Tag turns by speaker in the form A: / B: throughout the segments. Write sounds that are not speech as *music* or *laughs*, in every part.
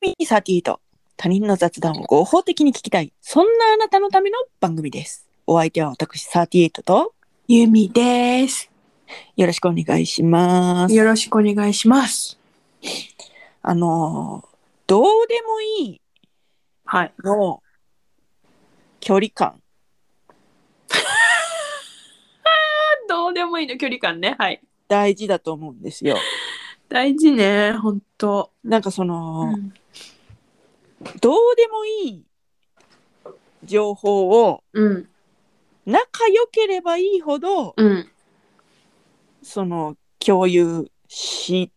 A: ミーサティと他人の雑談を合法的に聞きたい。そんなあなたのための番組です。お相手は私サーティエイトと
B: ゆみです。
A: よろしくお願いします。
B: よろしくお願いします。
A: あのー、どうでもいい
B: はい。
A: の距離感。
B: どうでもいいの距離感ね。はい。
A: 大事だと思うんですよ。
B: 大事ね、本当。
A: なんかその、どうでもいい情報を
B: うん、
A: 仲良ければいいほど、
B: うん、
A: その共有し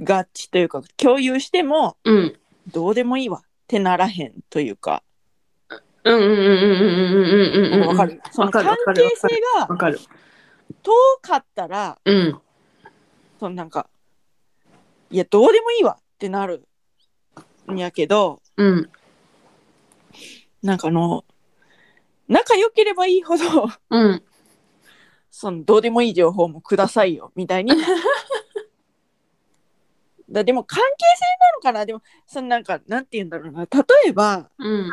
A: がちというか、共有しても
B: うん、
A: どうでもいいわってならへんというか、
B: うん、うん、うん、うん、うん、うん、うん、うん。
A: わかる。そ
B: わ
A: の
B: かる、
A: 関
B: わかる
A: 係、性が
B: わかる。
A: 遠かったら、
B: うん、
A: そのなんか、いや、どうでもいいわってなるんやけど、
B: うん、
A: なんかあの、仲良ければいいほど、 *laughs*
B: うん。
A: そのどうでもいい情報もくださいよみ
B: *laughs*
A: たいに。だでも関係性なのかなでもそのなんかなんて言うんだろうな例えば
B: うん、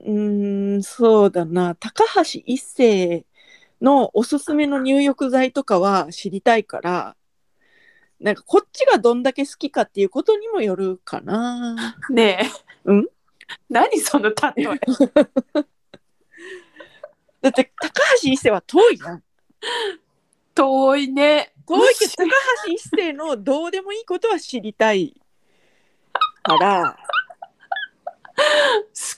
A: うーんそうだな高橋一生のおすすめの入浴剤とかは知りたいからなんかこっちがどんだけ好きかっていうことにもよるかな。
B: ねえ。
A: うん。
B: 何その例え。
A: だって高橋一生は遠いじゃん。
B: 遠いね。
A: 遠いけど高橋一生のどうでもいいことは知りたいから。
B: 好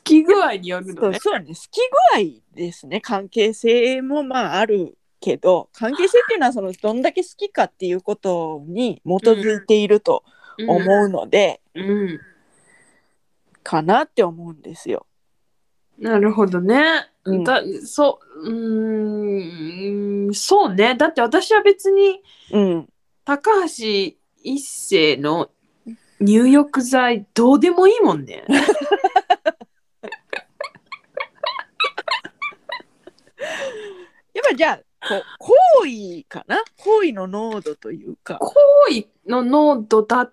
B: き具合による
A: そ
B: の
A: う
B: ね。
A: そうね好き具合ですね関係性もまああるけど関係性っていうのはそのどんだけ好きかっていうことに基づいていると思うので、
B: うん。
A: かなって思うんですよ。
B: なるほどね。
A: うん
B: だそううーんそうねだって私は別に
A: うん、
B: 高橋一生の入浴剤どうでもいいもんね。
A: やっぱりじゃあこう行為かな行為の濃度というか、
B: 行為の濃度だ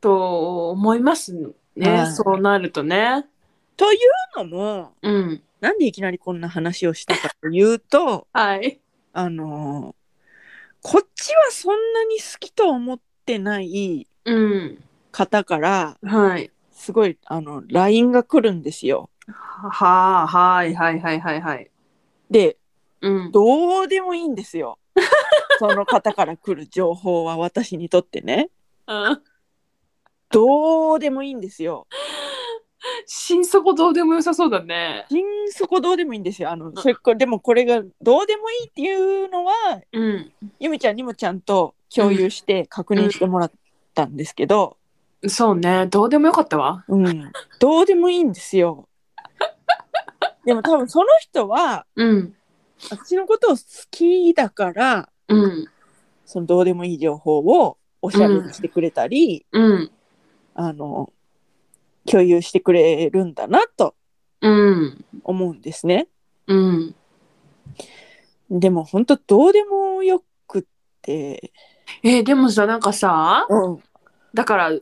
B: と思いますね、
A: はい
B: そうなるとね。
A: というのも
B: うん
A: なんでいきなりこんな話をしたかというと
B: はい。
A: あのーこっちはそんなに好きと思ってない
B: うん
A: 方から
B: はい。
A: すごいあの LINE が来るんですよ。
B: はあはいはいはいはいはい。
A: で
B: うん
A: どうでもいいんです *laughs* よ。その方から来る情報は私にとってね
B: うん
A: どうでもいいんですよ。
B: 心底どうでもよさそうだね。
A: 心底どうでもいいんですよ。あのそれこれでもこれがどうでもいいっていうのは
B: うん
A: ゆみちゃんにもちゃんと共有して確認してもらったんですけど、
B: そうねどうでもよかったわ。
A: うん、どうでもいいんですよ。でも多分その人は
B: うん
A: 私のことを好きだから
B: うん
A: そのどうでもいい情報をおしゃべりしてくれたり、
B: うん
A: あの共有してくれるんだなと
B: うん
A: 思うんですね。
B: うん。
A: でも本当どうでもよくって、
B: えーでもさなんかさ
A: うん、
B: だからい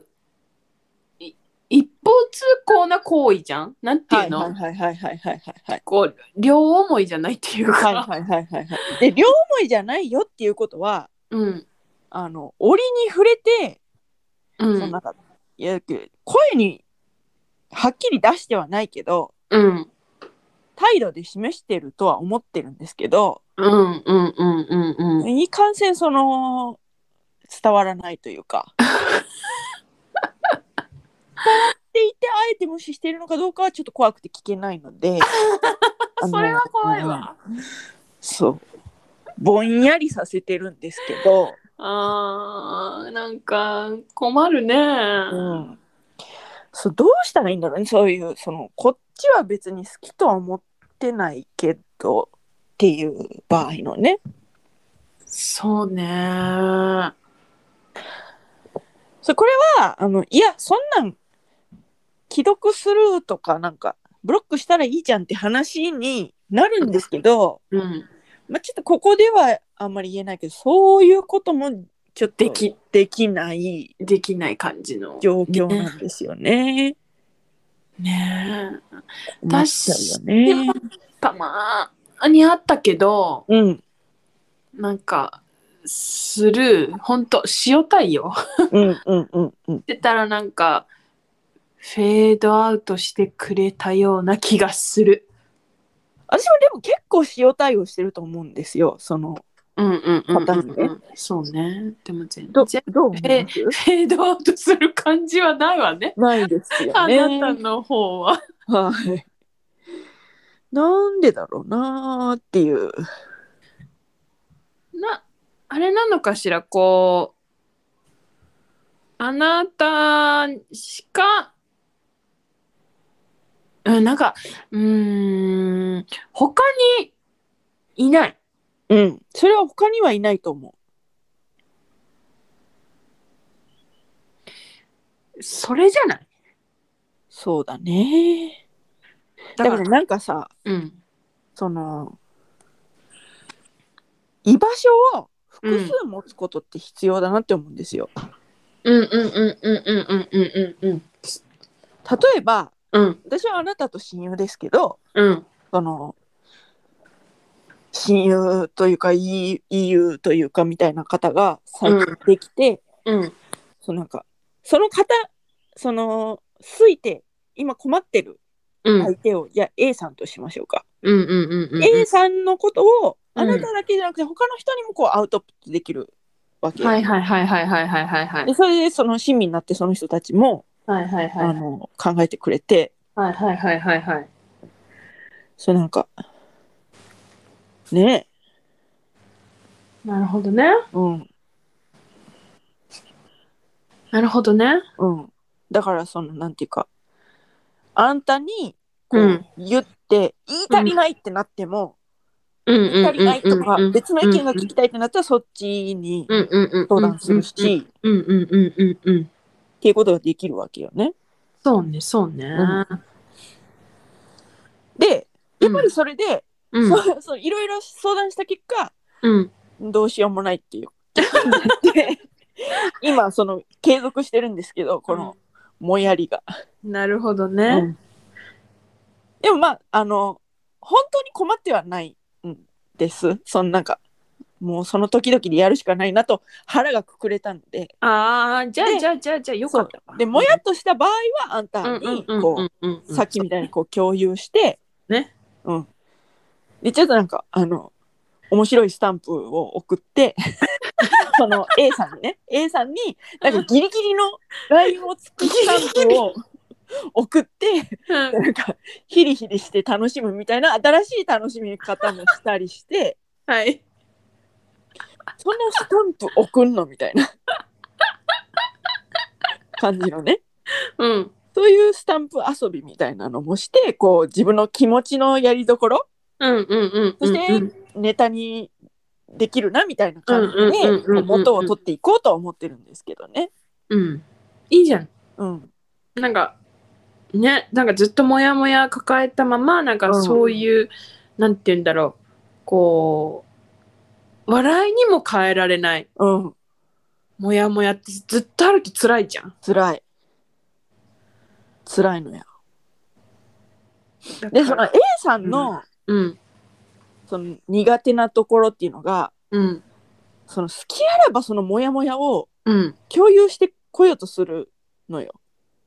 B: 一方通行な行為じゃんなんてい
A: は
B: う
A: い
B: の、
A: はいはいはいはいはいはいはい
B: こう両思いじゃないっていう
A: は
B: か、
A: いはいはいはいはいで両思いじゃないよっていうことは
B: うん
A: あの折に触れて、
B: う
A: その
B: ん
A: なんかいや声にはっきり出してはないけど
B: うん
A: 態度で示してるとは思ってるんですけど、
B: うんうんうんうんうん
A: いかんせんその伝わらないというか *laughs* 伝わっていてあえて無視しているのかどうかはちょっと怖くて聞けないの
B: *laughs*
A: であの
B: それは怖いわ、
A: そうぼんやりさせてるんですけど、
B: あーなんか困るね、
A: うん、そうどうしたらいいんだろうねそういうそのこっちは別に好きとは思ってないけどっていう場合のね
B: そうね
A: そうこれはあのいやそんなん既読スルーとかなんかブロックしたらいいじゃんって話になるんですけど、
B: うん
A: まあ、ちょっとここではあんまり言えないけどそういうこともちょっと
B: でき
A: できない
B: できない感じの
A: 状況なんですよね。
B: ねえ
A: 困っちゃうよね。
B: たまーにあったけど
A: うん
B: なんかするほんと塩対応し
A: うんうんうんうん。
B: てたらなんかフェードアウトしてくれたような気がする
A: 私もでも結構塩対応してると思うんですよ。その
B: うんうんうんうん、
A: パタ
B: う
A: ー
B: ん、そうねでも全
A: ど
B: 然
A: どう思います
B: フェードアウトする感じはないわね。
A: ないですよ
B: あ
A: ね。
B: なたの方は。
A: はい。なんでだろうなーっていう。
B: な、あれなのかしら、こう、あなたしか、うん、なんか、うーん、他にいない。
A: うん。それは他にはいないと思。
B: それじゃないう
A: そうだね。だからなんかさ、
B: うん。
A: その、居場所を複数持つことって必要だなって思うんですよ。
B: うんうんうんうんうんうんうんうん
A: 例えば、
B: うん
A: 私はあなたと親友ですけど、
B: うん
A: その、親友というか、いい友というかみたいな方が最近できて、
B: うん
A: そのなんか、その方、その、すいて、今困ってる
B: うん
A: 相手を、じゃあ A さんとしましょうか。
B: うんうんうんうん
A: A さんのことを、
B: うん
A: あなただけじゃなくて、他の人にもこうアウトプットできるわけ。
B: はいはいはいはいはいはいはいはい
A: で、それでその親身になって、その人たちも、
B: はいはいはい
A: あの、考えてくれて、
B: はいはいはいはいはい。
A: そうなんか、ね
B: なるほどね。
A: え、うん、
B: なるほどね。
A: うん。だから、その、なんていうか、あんたに、こ
B: う、
A: うん言って、言い足りないってなっても、
B: うん
A: 言い足りないとか、別の意見が聞きたいってなったらそっちに
B: うんうんうん。
A: 相談するし、っ
B: うんうんうんうんうん。
A: ていうことができるわけよね。
B: そうね、そうね。
A: んで、やっぱりそれで、
B: うん。
A: そうそういろいろ相談した結果、
B: うん。
A: どうしようもない
B: *laughs*
A: っていう。で今、その、継続してるんですけど、この、もやりが。
B: なるほど
A: う
B: ね。
A: んでもまあ、あの、本当に困ってはないんです。そのなんか、もうその時々でやるしかないなと腹がくくれたんで、
B: ああ、じゃ
A: で
B: あじゃあじゃあじゃあよかったわ。
A: でもやっとした場合はあん
B: うん
A: た
B: うん
A: に
B: うん
A: こ
B: うんうんう。
A: うんさっきみたいにこう共有して
B: ね。
A: うんでちょっとなんかあの面白いスタンプを送って *laughs* その A さんにね A さんになんかギリギリのラインをつくスタンプを送って
B: うん
A: *laughs* なんかヒリヒリして楽しむみたいな新しい楽しみ方もしたり
B: *laughs*
A: して
B: はい。
A: そのスタンプ送んのみたいな *laughs* 感じのね
B: うん。
A: そういうスタンプ遊びみたいなのもして、こう自分の気持ちのやりどころ、
B: うんうんうん。
A: そして
B: うん
A: ネタにできるなみたいな感じ
B: うんうんうん
A: で、
B: うんうん
A: こう元を取っていこうとは思ってるんですけどね。
B: うん。いいじゃん。
A: うん。
B: なんか、ね、なんかずっともやもや抱えたまま、なんか
A: うん
B: そういう、なんて言うんだろう、こう、笑いにも変えられない、
A: うん。
B: もやもやってずっとあると辛いじゃん。
A: 辛い。辛いのや。
B: だから
A: で、その A さんの、
B: うん、
A: その苦手なところっていうのが、
B: うん、
A: その好きあらばそのモヤモヤを
B: うん。
A: 共有してこようとするのよ。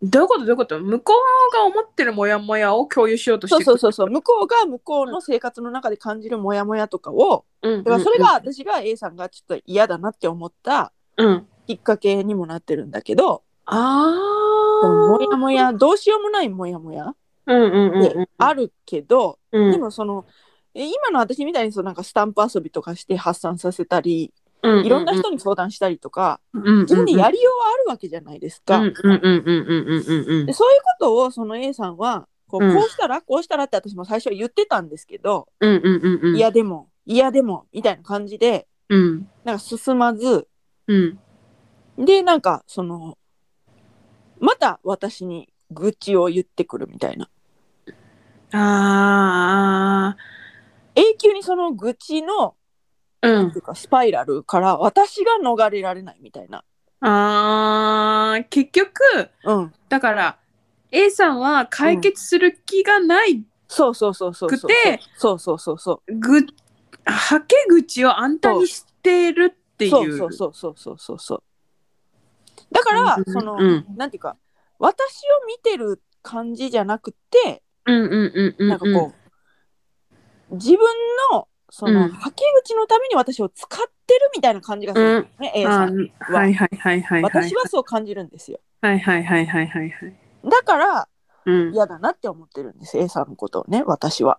B: どういうことどういうこと向こうが思ってるもやもやを共有しようとして
A: そう
B: く
A: そうそうそう。向こうが向こうの生活の中で感じるモヤモヤとかを、
B: うん。
A: だからそれが、私が A さんがちょっと嫌だなって思った
B: うん。うん、
A: きっかけにもなってるんだけど、
B: あ
A: そのも
B: ー。
A: やもや、どうしようもないもやもや
B: うんうんうんう
A: で
B: ん。
A: あるけど、
B: うん、
A: でもその、え今の私みたいにそのなんかスタンプ遊びとかして発散させたり、
B: うんうんうん、
A: いろんな人に相談したりとか、
B: 自
A: 自分でやりようはあるわけじゃないですか。
B: うんうんうんうんうんうんうんうん
A: で。そういうことをその A さんは、こう
B: うん
A: こうしたら、こうしたらって私も最初は言ってたんですけど、
B: うんうんうんうん。
A: いやでも、いやでも、みたいな感じで、
B: うん。
A: なんか進まず、
B: うん。
A: で、なんか、その、また私に愚痴を言ってくるみたいな。
B: あ
A: 永久にその愚痴の
B: あ、うん
A: ていうかスパイラルから私が逃れられないみたいな。
B: あー結局
A: うん。
B: だから A さんは解決する気がない
A: そうそうそうそうそう。
B: くて
A: そうそうそうそう。
B: ぐ、はけ口をあんたにしてるっていう。
A: そうそうそうそうそうそうそう。だから、
B: うん
A: その、
B: うん
A: なんていうか私を見てる感じじゃなくて
B: うんうんうんうん。
A: なんかこう、自分のその、
B: うん
A: はけ口のために私を使ってるみたいな感じがするんですね、A さ
B: あ
A: ん。
B: ーはいはいはいはいはい。
A: 私はそう感じるんですよ。
B: はいはいはいはいはいはい。
A: だから
B: うん。
A: 嫌だなって思ってるんです A さんのことをね私は。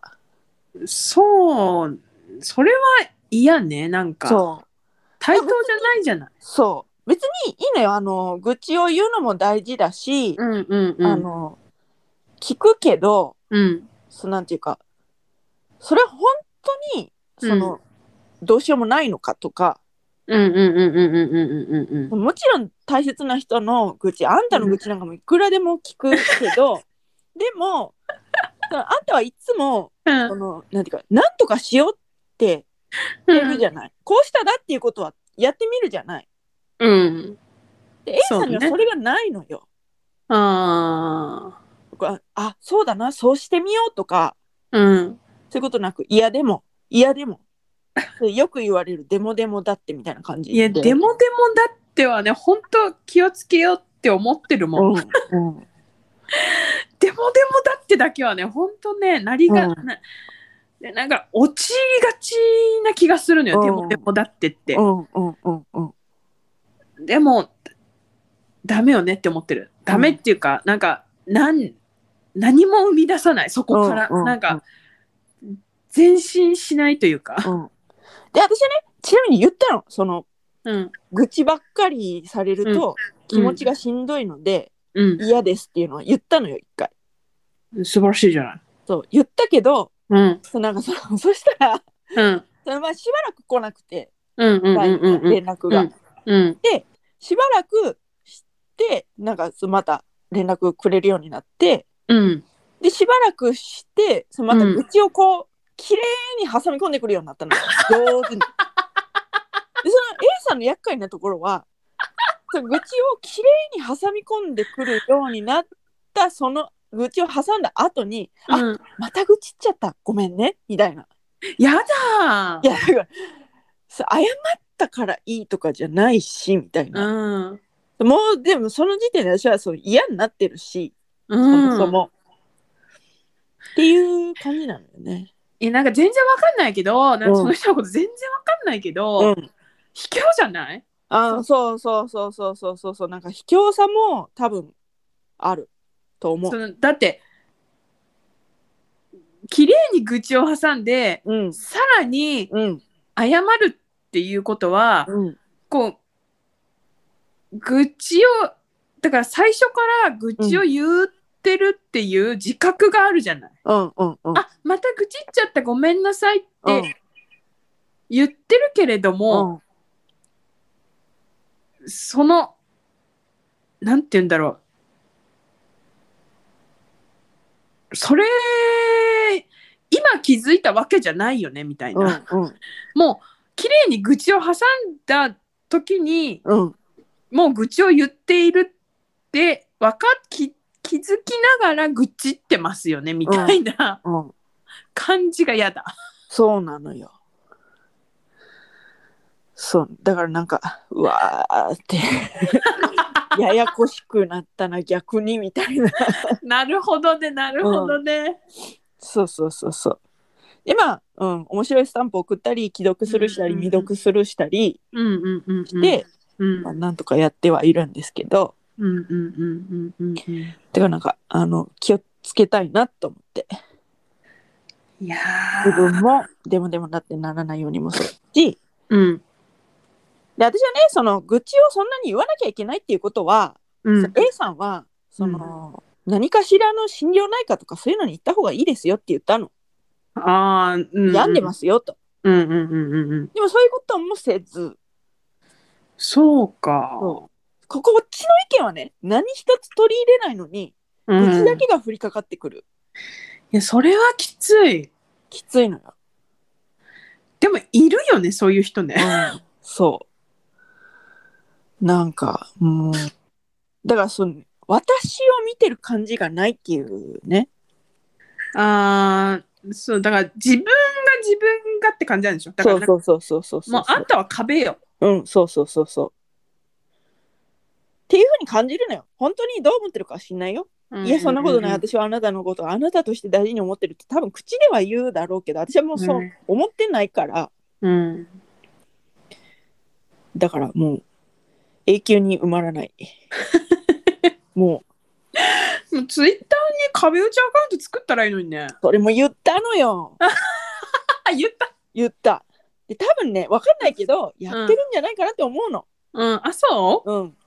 B: そう、それは嫌ね、なんか。
A: そう
B: 対等じゃないじゃない。
A: そう別にいいのよあの愚痴を言うのも大事だし、
B: うんうんうん。
A: あの聞くけど、
B: うん。
A: そうなんていうかそれは本当にその、どうしようもないのかとか
B: うんうんうんうんうんうんうんうん。
A: もちろん大切な人の愚痴あんたの愚痴なんかもいくらでも聞くけ
B: *laughs*
A: どでもそのあんたはいつも
B: うん
A: そのなんていうかなんとかしようって
B: う
A: や
B: ん
A: るじゃない、こうしたらっていうことはやってみるじゃない
B: うん。
A: で A さんには
B: そうね
A: それがないのよ。
B: あ
A: 僕はあそうだなそうしてみようとか
B: あ。うん。
A: そういうことなく嫌でも嫌で
B: *laughs*
A: もそうよく言われるでもでもだってみたいな感じ
B: いや、でもでもだってはね、本当気をつけようって思ってるもん。
A: うんうん
B: でもでもだってだけはね、ほんとね、なりが、
A: うん
B: なでなんか落ちがちな気がするのよ、
A: うん
B: でもでもだってって。
A: うんうんうんうん
B: でも、ダメよねって思ってる。ダメっていうか、なんか、なん、何も生み出さない、そこから。
A: うんうん
B: なんか、前進しないというか。
A: うんで私はねちなみに言ったのその
B: うん。
A: 愚痴ばっかりされると気持ちがしんどいので
B: うん。
A: 嫌ですっていうのは言ったのよ一回
B: 素晴らしいじゃない。
A: そう言ったけど
B: うん。
A: そうなんかその *laughs* そしたら
B: うん。
A: そのまあしばらく来なくて
B: うんうんうんうんうん
A: 連絡が
B: うん
A: しばらくしてなんかそうまた連絡くれるようになって
B: うん
A: でしばらくしてそうまた愚痴をこう、綺麗に挟み込んでくるようにな
B: *laughs*
A: ったの上手に。でその A さんの厄介なところはその愚痴を綺麗に挟み込んでくるようになったその愚痴を挟んだ後に「あ
B: うん
A: また愚痴っちゃったごめんね」みたいな。
B: やだ
A: いやだからそう謝ったからいいとかじゃないしみたいな。
B: うん
A: もうでもその時点で私はそう嫌になってるし
B: う
A: そ
B: ん
A: もそも。っていう感じなのよね。
B: いやなんか全然わかんないけどなん
A: う
B: か
A: ん
B: その人のこと全然わかんないけど、
A: うん
B: 卑怯じゃない
A: あそうそうそうそうそうそうそうなんか卑怯さも多分あると思。
B: そうのだって綺麗に愚痴を挟んで
A: うん
B: さらに
A: うん
B: 謝るっていうことは、
A: うん
B: こう愚痴をだから最初から愚痴を言ってるっていう自覚があるじゃない、
A: うんうんうん。
B: あまた愚痴っちゃったごめんなさいっ
A: うん
B: て言ってるけれども、
A: うん
B: その、なんて言うんだろう。それ、今気づいたわけじゃないよね、みたいな。
A: うん
B: もう、綺麗に愚痴を挟んだ時に、
A: うん
B: もう愚痴を言っているって、わかき気づきながら愚痴ってますよね、みたいな
A: うん
B: 感じが嫌だ。
A: *laughs* そうなのよ。そうだからなんかうわーって
B: *laughs*
A: ややこしくなったな逆にみたいな。
B: なるほどね、なるほどね。
A: そうそうそうそう。でまあ、うん、面白いスタンプ送ったり既読するしたり
B: うんうんうん
A: 未読するしたり
B: うんうんうんうん。
A: して、
B: うん、
A: まあ、なんとかやってはいるんですけど。
B: うんうんうんうんうんうん。
A: てかなんかあの気をつけたいなと思って
B: いや
A: 自分もでもでもだってならないようにもそうし
B: うん。
A: で私はねその愚痴をそんなに言わなきゃいけないっていうことは、
B: うん。
A: その A さんはその、何かしらの心療内科とかそういうのに行った方がいいですよって言ったの
B: ああ、うん。。
A: 病んでますすよと
B: うんうんうんうんうん。
A: でもそういうこともせず
B: そうか。
A: そここっちの意見はね何一つ取り入れないのに
B: う
A: 愚痴
B: ん、
A: だ
B: い
A: けが降りかかってくる、
B: や、それはきつい。
A: きついのよ
B: でもいるよねそういう人ね
A: うん *laughs* そう。なんか、うん。だから、その、私を見てる感じがないっていうね。
B: あーそうだから自分が自分がって感じなんでしょだから
A: そうそうそうそうそうそう。
B: もうあんたは壁よ
A: うん、そうそうそうそう。っていうふうに感じるのよ。本当にどう思ってるかは知んないよ。いや、そんなことない。
B: うん
A: 私はあなたのことをあなたとして大事に思ってるって多分口では言うだろうけど、私はもうそう
B: うん
A: 思ってないから、
B: うん
A: だからもう永久に埋まら
B: *laughs*
A: ない。もう、
B: もうツイッターに壁打ちアカウント作ったらいいのにね
A: それも言ったのよ。
B: あ言った
A: 言った。で、多分ね、わかんないけど、やってるんじゃないかなって思うの。
B: うんあそう
A: うん。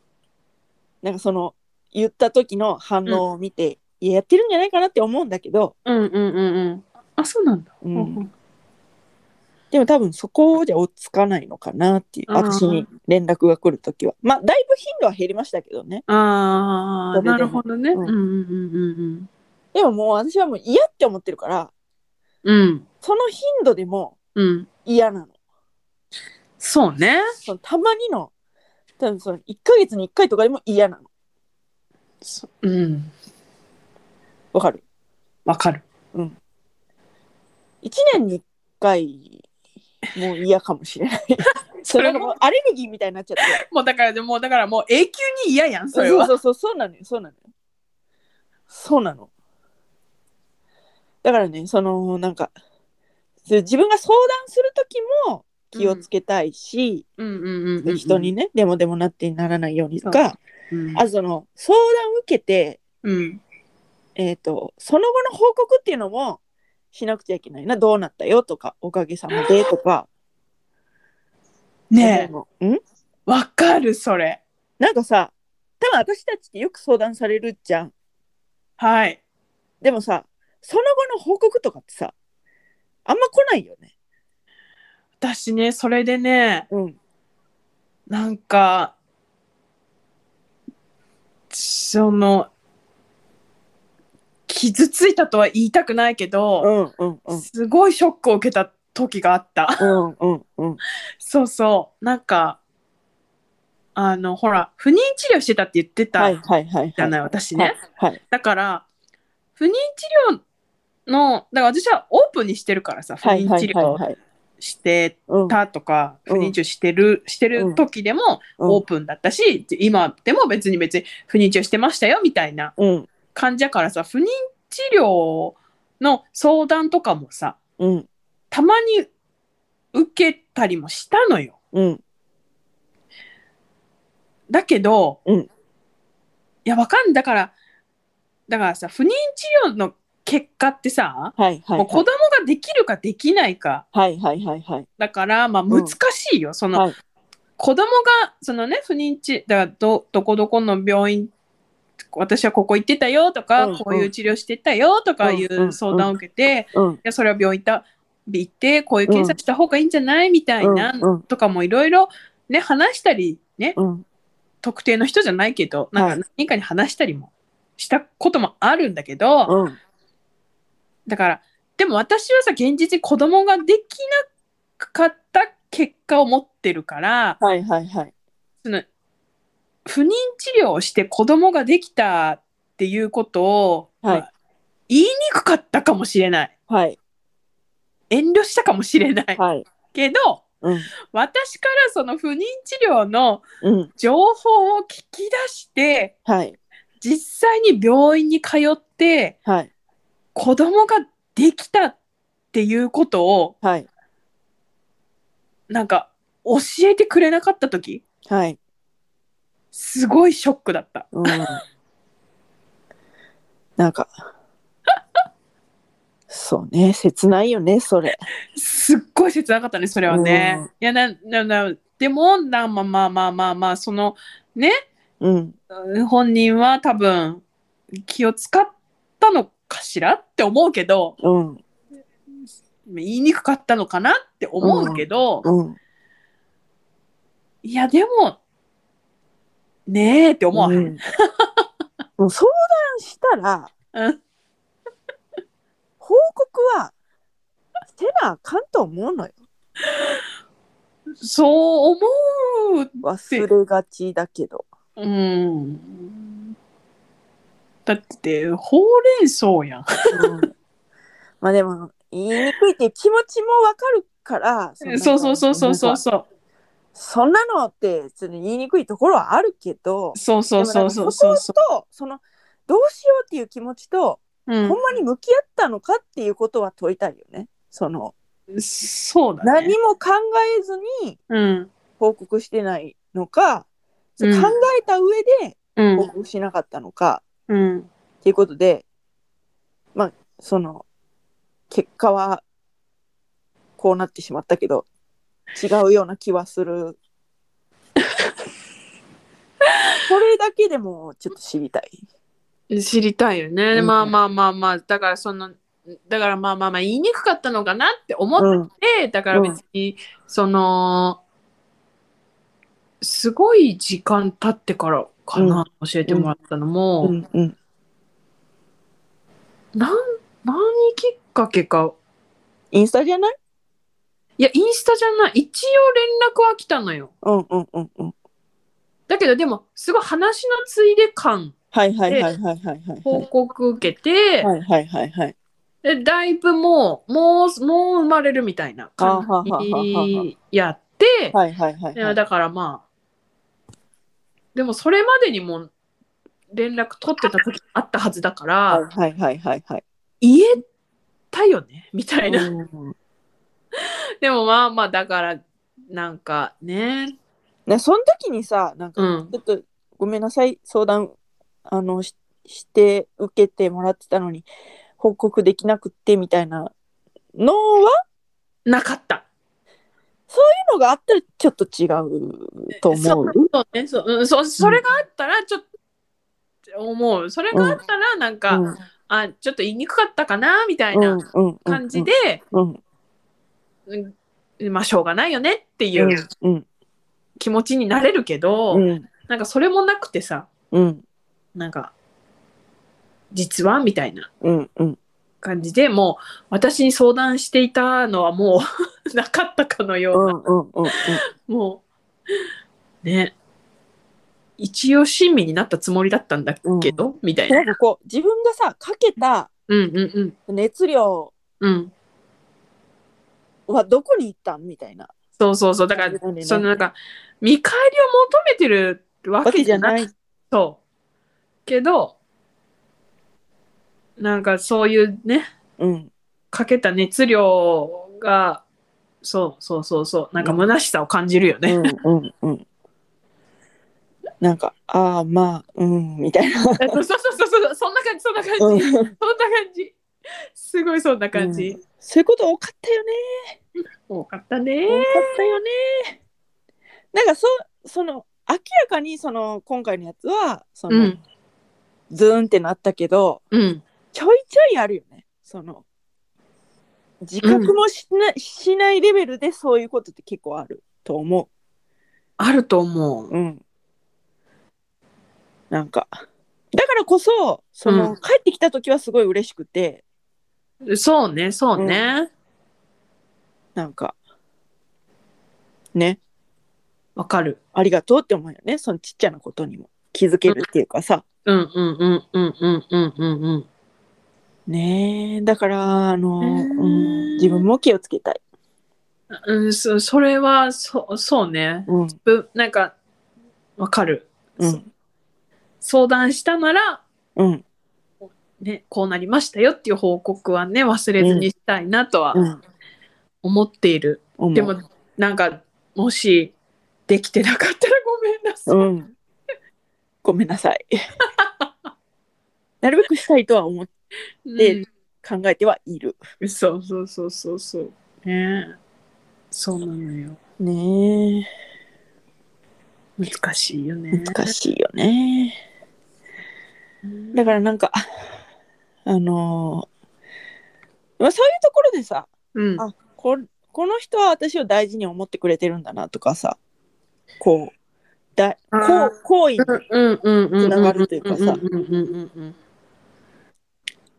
A: なんかその、言った時の反応を見て、いや、やってるんじゃないかなって思うんだけど、
B: うんうんうんうんあそうなんだ、
A: う。
B: うんん、
A: でも多分そこじゃ落ち着かないのかなっていう、
B: あー
A: 私に連絡が来るときは。まあ、だいぶ頻度は減りましたけどね。
B: ああ
A: それでも
B: なるほどね
A: う
B: うんんうんうんうん
A: でももう私はもう嫌って思ってるから、
B: うんうん
A: その頻度でも
B: うん
A: 嫌なの。
B: そうね
A: そのたまにの、多分その1ヶ月に1回とかでも嫌なの。
B: そうん
A: わかる
B: わかる
A: ?1 年に1回もう嫌かもしれない。そ
B: そ
A: れ
B: れ
A: が
B: も
A: もうアレルギーみたいになっちゃって。
B: もうだからでもうだからもう永久に嫌やんそ
A: そう
B: れは
A: そうそうそうなのよそうなのよそうなのだからねそのなんかそう自分が相談する時も気をつけたいし、
B: うんうんうんうんうん
A: 人にねでもでもなってならないようにと
B: そ
A: か
B: うん
A: あとその相談を受けて、
B: うん
A: えー、とその後の報告っていうのもしなくちゃいけないなどうなったよとかおかげさまでとか
B: ねえ
A: えん
B: わかるそれ
A: なんかさ多分私たちってよく相談されるじゃん
B: はい
A: でもさ、その後の報告とかってさ、あんま来ないよね。
B: 私ねそれでね
A: うん。
B: なんかその傷ついたとは言いたくないけ
A: う
B: ど、
A: んうんうん。
B: すごいショックを受けた時があった
A: うんうんうん。
B: そうそうなんかあのほら不妊治療してたって言ってた
A: はい
B: じ
A: はいはい。
B: ゃない、
A: い。
B: 私ね、
A: はいはい。
B: だから不妊治療のだから私はオープンにしてるからさ不
A: はい
B: 妊
A: は
B: 治
A: いはい
B: 療
A: はい。
B: して
A: うん
B: たとか、
A: うん
B: 不妊治療してるしてる時でも、オープンだったし、今でも別に別に不妊治療してましたよみたいな
A: うん
B: 感じだからさ不妊治療の相談とかもさ
A: うん
B: たまに受けたりもしたのよ。
A: うん
B: だけど、
A: うん
B: いやわかんだからだからさ不妊治療の結果ってさ、
A: はいはい
B: もう子供ができるかできないか
A: はいはいはいはい。
B: だから、まあ、
A: うん
B: 難しいよ、その、
A: はい
B: 子供がそのね不妊治だからどどこどこの病院私はここ行ってたよとか、
A: うんうん
B: こういう治療してたよとかい
A: んうんう
B: うんう相談を受けて、い
A: うん
B: やそれは病院行った行ってこういう検査した方がいいんじゃないみたいな
A: うんうん
B: とかもいろいろね話したりね
A: うん
B: 特定の人じゃないけどな
A: は
B: ん
A: い
B: か何かに話したりもしたこともあるんだけど、
A: うん
B: だからでも私はさ現実に子供ができなかった結果を持ってるから、
A: はいはいはい。
B: その不妊治療をして子供ができたっていうことを、
A: はい
B: まあ言いにくかったかもしれない
A: はい
B: 遠慮したかもしれない、
A: はい。
B: けど
A: うん
B: 私からその不妊治療の
A: うん
B: 情報を聞き出して
A: はい
B: 実際に病院に通って
A: はい
B: 子供ができたっていうことを
A: はい
B: なんか教えてくれなかった時
A: はい。
B: すごいショックだった。
A: うん。なんか。そうね、切ないよね、それ。
B: すっごい切なかったねそれはね。
A: うん
B: いやなななでもなまあまあまあまあまあその
A: うん。
B: うん本人は多分気を使ったのかしらって思うけど
A: うん。
B: 言いにくかったのかなって思うけど、
A: うん。
B: いやでもねえって思わへ。
A: うんん、もう相談したら
B: うん
A: 報告はせなあかんと思うのよ。
B: そう思う
A: 忘れがちだけど。
B: うんだってほうれん草やん
A: うんまあでも言いにくいっていう気持ちもわかるからんなの
B: そうそうそうそうそうそう
A: そんなのってその言いにくいところはあるけど
B: そうそうそうそ
A: で
B: う
A: も
B: そ
A: な
B: うん
A: か
B: そ
A: そことそのどうしようっていう気持ちと、
B: う、うん
A: ほんまに向き合ったのかっていうことは問いたいよね。その
B: そうだね
A: 何も考えずに
B: うん
A: 報告してないのか、
B: うん
A: 考えた上で
B: う
A: 報
B: ん
A: 告しなかったのか
B: うん
A: っていうことで、まあその結果はこうなってしまったけど違うような気はする。
B: *laughs*
A: これだけでもちょっと知りたい。
B: 知りたいよね、
A: うん
B: まあまあまあまあだからそのだからまあまあまあ言いにくかったのかなって思っ
A: うん、
B: でだから別に、そのすごい時間経ってからかな、教えてもらったのも、
A: うん、うん、
B: なん何きっかけか
A: インスタじゃない
B: いやインスタじゃない一応連絡は来たのよ
A: うんうんうんうん。
B: だけどでもすごい話のついで感
A: はいはいはいはいはいはい。
B: 報告受けて、
A: はいはいはいはい。
B: でだいぶもうもうもう生まれるみたいな感じやって、
A: はいはいはいい、
B: や
A: はい。
B: だからまあでもそれまでにも連絡取ってた時あったはずだから、
A: はいはいはいはい。
B: 言えたよねみたいな、
A: うん
B: でもまあまあだからなんかね
A: ね、その時にさ、なんか、
B: うん
A: ちょっとごめんなさい、相談あのしして受けてもらってたのに、報告できなくってみたいなのは、
B: なかった
A: そういうのがあったらちょっと違うと思う。
B: そうそうねそう、うん、そそれがあったらちょっと思うそれがあったらなんか、
A: うん
B: あちょっと言いにくかったかなみたいな
A: うん
B: 感じで、
A: うん
B: うんまあしょうがないよねってい
A: うん
B: う
A: うん
B: 気持ちになれるけど、
A: うん
B: なんかそれもなくてさ、
A: うん
B: なんか、実はみたいな
A: うんうん
B: 感じでもう、私に相談していたのはもう *laughs* なかったかのよう
A: う
B: な、
A: んうんうん
B: もう、ね、一応親身になったつもりだったんだけど、みたい
A: な
B: な。
A: んかこう自分がさかけた
B: うんうんうん。
A: 熱量
B: うん。
A: はどこに行ったんみたいな
B: そうそうそう。だから、
A: なるほどね
B: そのなんか、見返りを求めてるわ
A: わ
B: け
A: け
B: じ
A: じ
B: ゃ
A: ゃ
B: な
A: な
B: く
A: い。
B: そう。けど、なんかそういうね、
A: うん
B: かけた熱量がそうそうそうそうなんか虚しさを感じるよ
A: う
B: ね、
A: んうんうん。なんかああまあうんみたい
B: *laughs*
A: な。
B: *laughs* そうそうそうそうそんな感じそんな感じ、
A: うん
B: そんな感じすごいそんな感じ、
A: そういうこと多かったよね。
B: 多かった
A: 多か
B: ね
A: ったよね。なんかそその明らかにその今回のやつはその、
B: うん
A: ズーンってなったけど
B: うん
A: ちょいちょいあるよね。その自覚もしな,、しないレベルでそういうことって結構あると思
B: あると思う
A: う。うん。なんかだからこそその、
B: うん
A: 帰ってきた時はすごい嬉しくて。
B: そうねそうね
A: なんか、ね、
B: わ、かる
A: ありがとうって思うよね。そのちっちゃなことにも気づけるっていうかさ。
B: うんうんうんうんうんうんうんうん
A: ねえ、だから、あの、
B: う
A: う
B: ーん
A: ん、自分も気をつけたい。
B: うんそそれはそそうね
A: うん、
B: ぶなんかわかる、
A: うん、
B: 相談したなら
A: うん、
B: ね、こうなりましたよっていう報告はね忘れずにしたいなとは
A: うん
B: 思っている、
A: 思う。
B: でもなんかもしできてなかったらごめんなさい、
A: うん。ごめんなさい。なるべくしたいとは思で考えてはいる。
B: うんそうそうそうそうそうねそうなのよ
A: ね
B: 難しいよ
A: え、
B: ね
A: 難しいよね。
B: うん
A: だからなんか、あのまあそういうところでさ、
B: うん
A: あここの人は私を大事に思ってくれてるんだなとかさこうだ
B: あ
A: こ
B: ー
A: う行為
B: うんうんうん
A: つながるというかさ
B: うんうんうんうん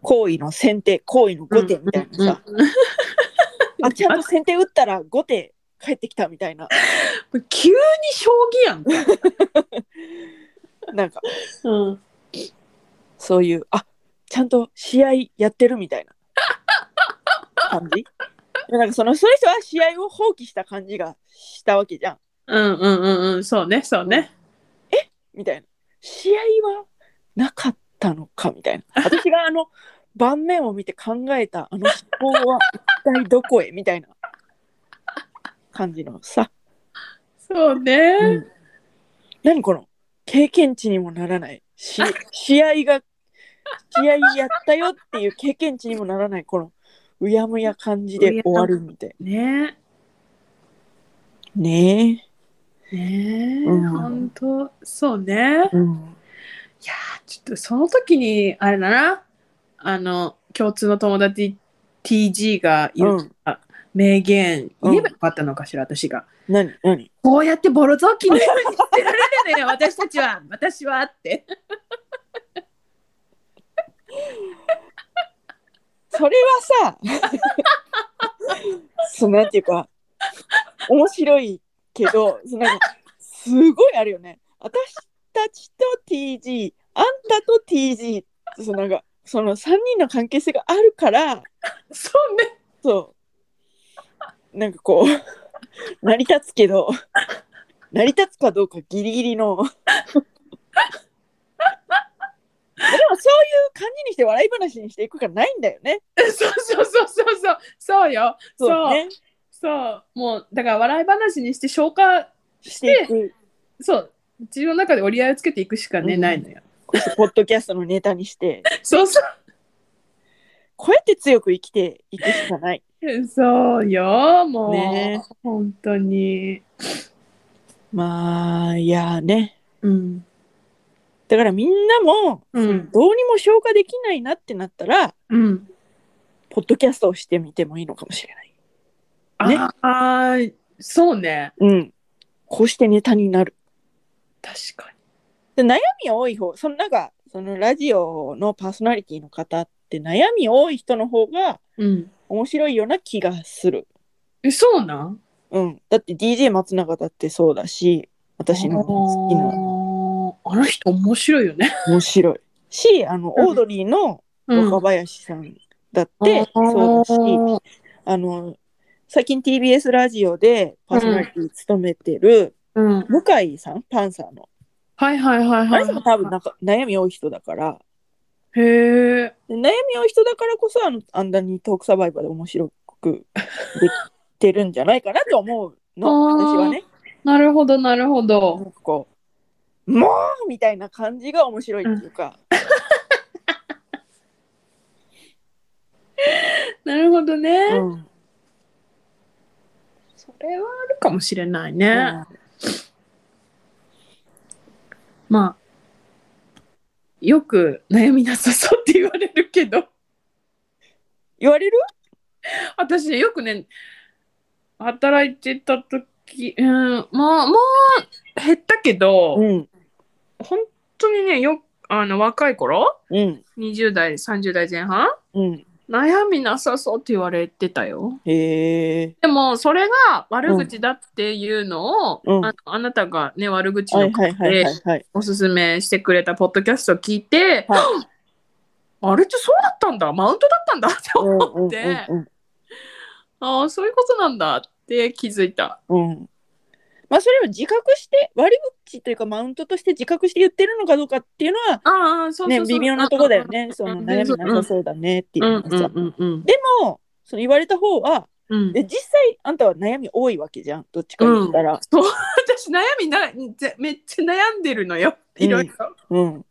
A: 行為の選定行為の
B: うん
A: 後手みたいなさ、
B: うんうん
A: あちゃんと先手打ったら5手返ってきたみたいな
B: 急に将棋やんか。
A: なんか
B: うん、
A: そういうあちゃんと試合やってるみたいな感じなんかそのその人は試合を放棄した感じがしたわけじゃん
B: うん、うん、うん、うん、そうね、そうね。
A: みたいな試合はなかったのかみたいな *laughs* 私があの盤面を見て考えたあの思考は一体どこへみたいな感じのさ、
B: そうね。
A: 何この経験値にもならない *laughs* し試合が試合やったよっていう経験値にもならないこのうやむや感じで終わるみたい
B: ね。
A: なね
B: ね。
A: うん
B: 本当、そうね
A: え、。うん、
B: いやーちょっとその時にあれだなあの共通の友達 TG がいるから、名言言えばよかったのかしら、私が
A: 何何
B: こうやってボロ雑巾のように捨てられるの *laughs* よ私たちは私はって
A: それはさそうなんていうか面白いけどそのなんかすごいあるよね私たちと TG あんたと TG そのなんかその3人の関係性があるから
B: そうね
A: そうなんかこう成り立つけど成り立つかどうかギリギリのでもそういう感じにして笑い話にしていくしかないんだよね。
B: そうそうそうそうそうそうよそうそう,、
A: ね
B: もうだから笑い話にして消化
A: していく
B: そう自分の中で折り合いをつけていくしかね、
A: うん
B: ないのよ
A: ポッドキャストのネタにして
B: そうそう
A: こうやって強く生きていくしかない。
B: そうよもう、
A: ね
B: 本当に
A: まあいやーね
B: うん
A: だからみんなも
B: うん
A: どうにも消化できないなってなったら
B: うん
A: ポッドキャストをしてみてもいいのかもしれない。ね
B: ああーそうね
A: うん、こうしてネタになる。
B: 確か
A: で悩み多い方そのなんかそのラジオのパーソナリティの方って悩み多い人の方が
B: にうん
A: 面白いような気がする。
B: えそうなん
A: うん、だって DJ 松永だってそうだし私の好きな
B: あーあの人面白いよね
A: 面白いしあの
B: うん
A: オードリーの若林さんだってそうだし、あの最近 TBS ラジオでパーソナリティ務めてる
B: うん
A: 向井さんパンサーの
B: はいはいはい
A: あ
B: は
A: れ
B: い
A: さんも多分なんか悩み多い人だから
B: へえ
A: で悩み多い人だからこそあのあんなにトークサバイバーで面白くできてるんじゃないかなと思うの
B: あー
A: 私はね
B: なるほどなるほ
A: なん
B: ど
A: かこう「もう!」みたいな感じが面白いっていうか、
B: なるほどね、
A: うん
B: それはあるかもしれないね、
A: うん
B: まあよく悩みなさそうって言われるけど *laughs*
A: 言われる
B: 私よくね働いてた時うんまあまあ減ったけど、
A: うん
B: 本当にねよあの若い頃
A: うん
B: 20代30代前半
A: うん
B: 悩みなさそうって言われてたよ
A: へえ
B: でもそれが悪口だっていうのを、
A: うん
B: あのあなたがね悪口
A: はい
B: の
A: はいはいはいはい
B: おすすめしてくれたポッドキャストを聞いて、
A: はい
B: あれってそうだったんだマウントだったんだって
A: うんうん
B: 思
A: う
B: っ
A: ん
B: て、
A: うん
B: ああそういうことなんだって気づいた
A: うん。まあそれを自覚して悪口というかマウントとして自覚して言ってるのかどうかっていうのは
B: ああそうそうそう
A: ね微妙なとこだよね。そ
B: うん
A: の悩みなさそうだねっていううんの
B: うん
A: さ。
B: うんうん
A: でもその言われた方は
B: うん
A: え実際あんたは悩み多いわけじゃんどっちか言ったら。
B: そう *laughs* 私悩みなぜめっちゃ悩んでるのよ
A: うん
B: いろいろ、っ
A: うん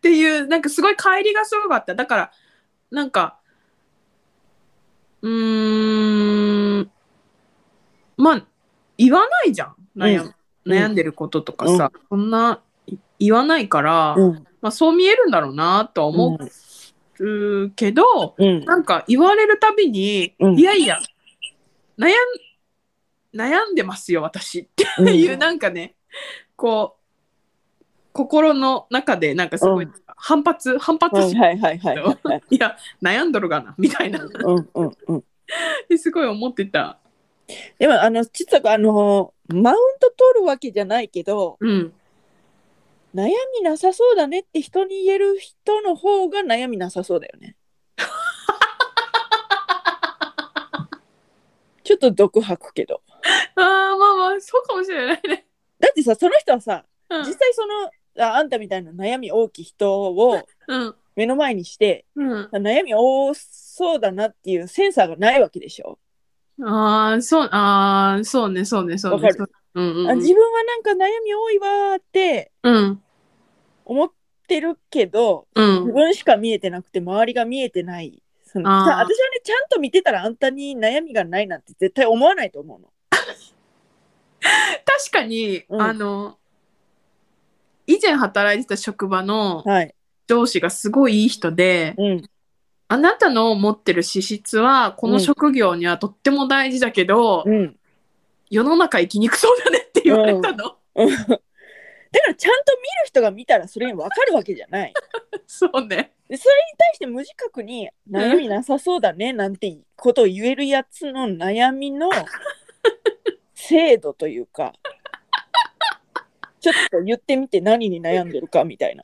B: ていうなんかすごい乖離がすごかっただからなんかうーんまあ言わないじゃん悩,、
A: うん
B: 悩んでることとかさ、そんない言わないから、
A: うん
B: まあ、そう見えるんだろうなとは思うけど、
A: うん
B: なんか言われるたびに、
A: うん
B: いやいや悩ん悩んでますよ私って
A: うん
B: いうなんかねこう心の中でなんかすごい、
A: うん
B: 反発反
A: は
B: 発
A: い
B: し、
A: はいはいはいはい。
B: いや悩んどるがなみたいな
A: うんうんうん
B: てすごい思ってた。
A: でもあの実はあのマウント取るわけじゃないけど
B: うん。
A: 悩みなさそうだねって人に言える人の方が悩みなさそうだよね。 *laughs* ちょっと毒吐くけど。
B: ああ、まあまあ、そうかもしれないね。
A: だってさその人はさ
B: う
A: 実
B: ん。
A: 際そのああんたみたいな悩み大きい人を
B: うん。
A: 目の前にして
B: うん
A: 悩み多そうだなっていうセンサーがないわけでしょ。
B: ああ、そう、ああ、そうね、そうね、そうね。
A: わかる
B: そううんうん
A: あ
B: うん
A: 自分はなんか悩み多いわーって
B: うん。
A: 思ってるけど
B: うん
A: 自。分しか見えてなくて周りが見えてないその
B: あー
A: さ私はねちゃんと見てたらあんたに悩みがないなんて絶対思わないと思うの。
B: 確かに、
A: うん
B: あの、以前働いてた職場の
A: はい、
B: 上司がすごいいい人で、
A: うん
B: あなたの持ってる資質は、この職業にはとっても大事だけど、
A: うん、
B: 世の中生きにくそうだねって言われた
A: だか
B: の。
A: らちゃんと見る人が見たらそれに分かるわけじゃない。
B: *laughs* そうね。
A: でそれに対して無自覚に悩みなさそうだねなんてことを言えるやつの悩み
B: *laughs*
A: の精度というかちょっと言ってみて何に悩んでるかみたいな。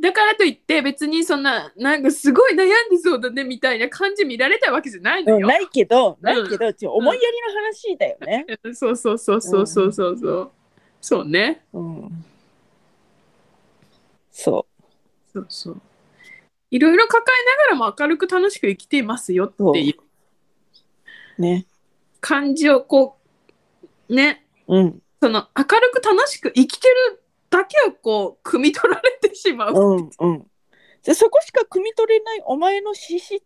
B: だからといって別にそんななんかすごい悩んでそうだねみたいな感じ見られたわけじゃないの
A: うん
B: よ。
A: ないけどないけど、ちょ思いやりの話だよね。
B: そうそうそうそうそうそうそう。そうね。
A: うん、そ
B: そうそう。いろいろ抱えながらも明るく楽しく生きていますよっていう
A: うね。
B: 感じをこうね
A: うん
B: その明るく楽しく生きてるだけをこう汲み取られてしまう。
A: うんうん。でそこしか汲み取れないお前の資質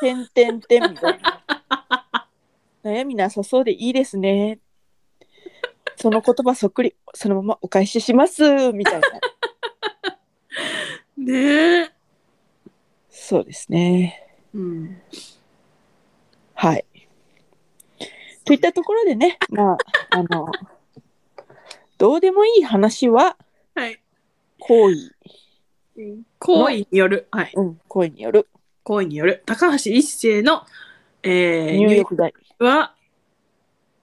A: てんてんてんみたいな。悩みなさそうでいいですね。その言葉そっくりそのままお返ししますみたいな。
B: ねえ。
A: そうですね。
B: うん、
A: はい。といったところでね、まああのどうでもいい話は
B: はい。
A: 行為、
B: 行為による。はい。
A: うん、行為による
B: 行為による高橋一生の、えー、
A: 入浴剤
B: は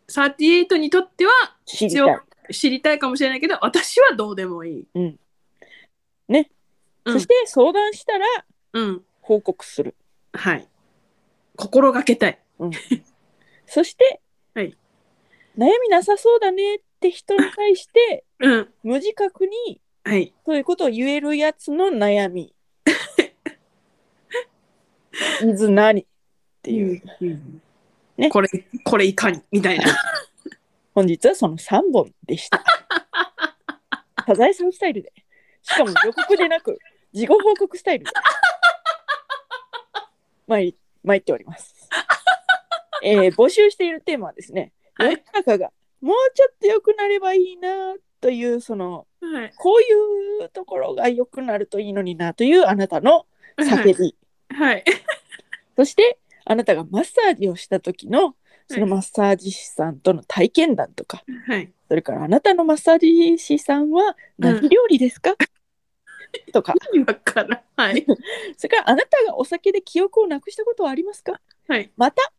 B: 38にとっては
A: 知り
B: 一
A: た
B: 応
A: い。
B: 知りたいかもしれないけど私はどうでもいい。
A: うんね
B: うん。
A: そして相談したら
B: うん。
A: 報告する。
B: はい。心がけたい。
A: そして、
B: はい
A: 悩みなさそうだねって人に対して *laughs*
B: うん。
A: 無自覚に
B: はい。
A: そういうことを言えるやつの悩
B: *laughs*
A: み。いず何っていう、
B: うん
A: ね
B: これ、これいかにみた
A: *laughs*
B: いな。
A: 本日はその3本で
B: *laughs*
A: した。サザエさんスタイルで。しかも予告でなく、事後報告スタイル
B: *laughs*
A: で。参り参っております。えー募集しているテーマはですね、世
B: は
A: の
B: い
A: 中がもうちょっと良くなればいいなという、その、
B: はい。
A: こういうところが良くなるといいのになというあなたの叫び。
B: はい。
A: そして、あなたがマッサージをした時の、そのマッサージ師さんとの体験談とか、
B: はい。
A: それからあなたのマッサージ師さんは何料理ですか、とか、
B: 今から。はい。
A: それからあなたがお酒で記憶をなくしたことはありますか
B: はい。
A: また、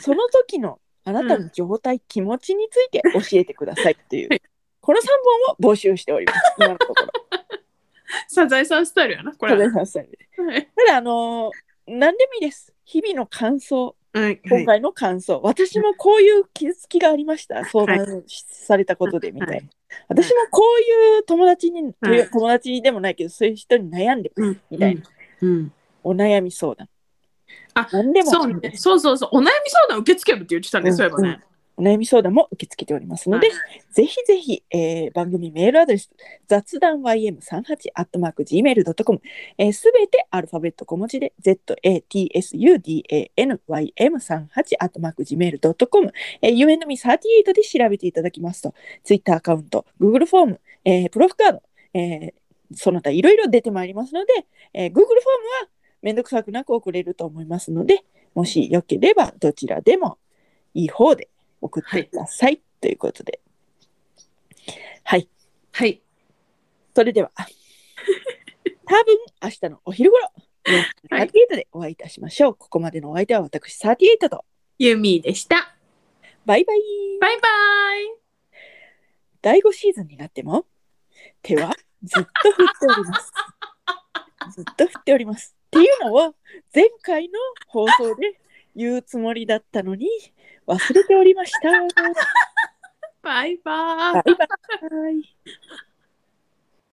A: その時のあなたの状態、気持ちについて教えてくださいという、
B: はい
A: この3本を募集しており
B: *laughs*
A: ます。今のところ。
B: サザエさんスタイルやな、これ
A: た
B: は。
A: だ、さんで
B: はい。
A: ただあのー何でもいいです。日々の感想、
B: はい。
A: 今回の感想、私もこういう気づきがありました。相談されたことでみたいな。
B: はい
A: 私もこういう友達に、という
B: はい
A: 友達でもないけどそういう人に悩んでます、
B: うん
A: みたいな、
B: うん。
A: お悩み相談
B: あ
A: 何でも
B: そうね。そうそうそう。お悩み相談受け付けるって言ってたね、
A: うん
B: そういえばね。
A: お悩み相談も受け付けておりますので、
B: は
A: ぜひぜひ、えー番組メールアドレス雑談 ym38-gmail.com す、えー、べ、てアルファベット小文字で zatsudanym38-gmail.com、えー、unm38 で調べていただきますと Twitter アカウント Google フォーム、えープロフカード、えーその他いろいろ出てまいりますので、えー Google フォームはめんどくさくなく送れると思いますのでもしよければどちらでもいい方で送ってください、ということではい
B: はい。
A: *laughs* それでは多分明日のお昼頃38でお会いいたしましょう。ここまでのお相手は私38と。
B: ユミでした。
A: バイバイ。
B: バイバイ。
A: 第5シーズンになっても手はずっと振っており *laughs* ます。ずっと振っております。っていうのは前回の放送で言うつもりだったのに忘れておりました。バ
B: バイバイ。
A: イバイ。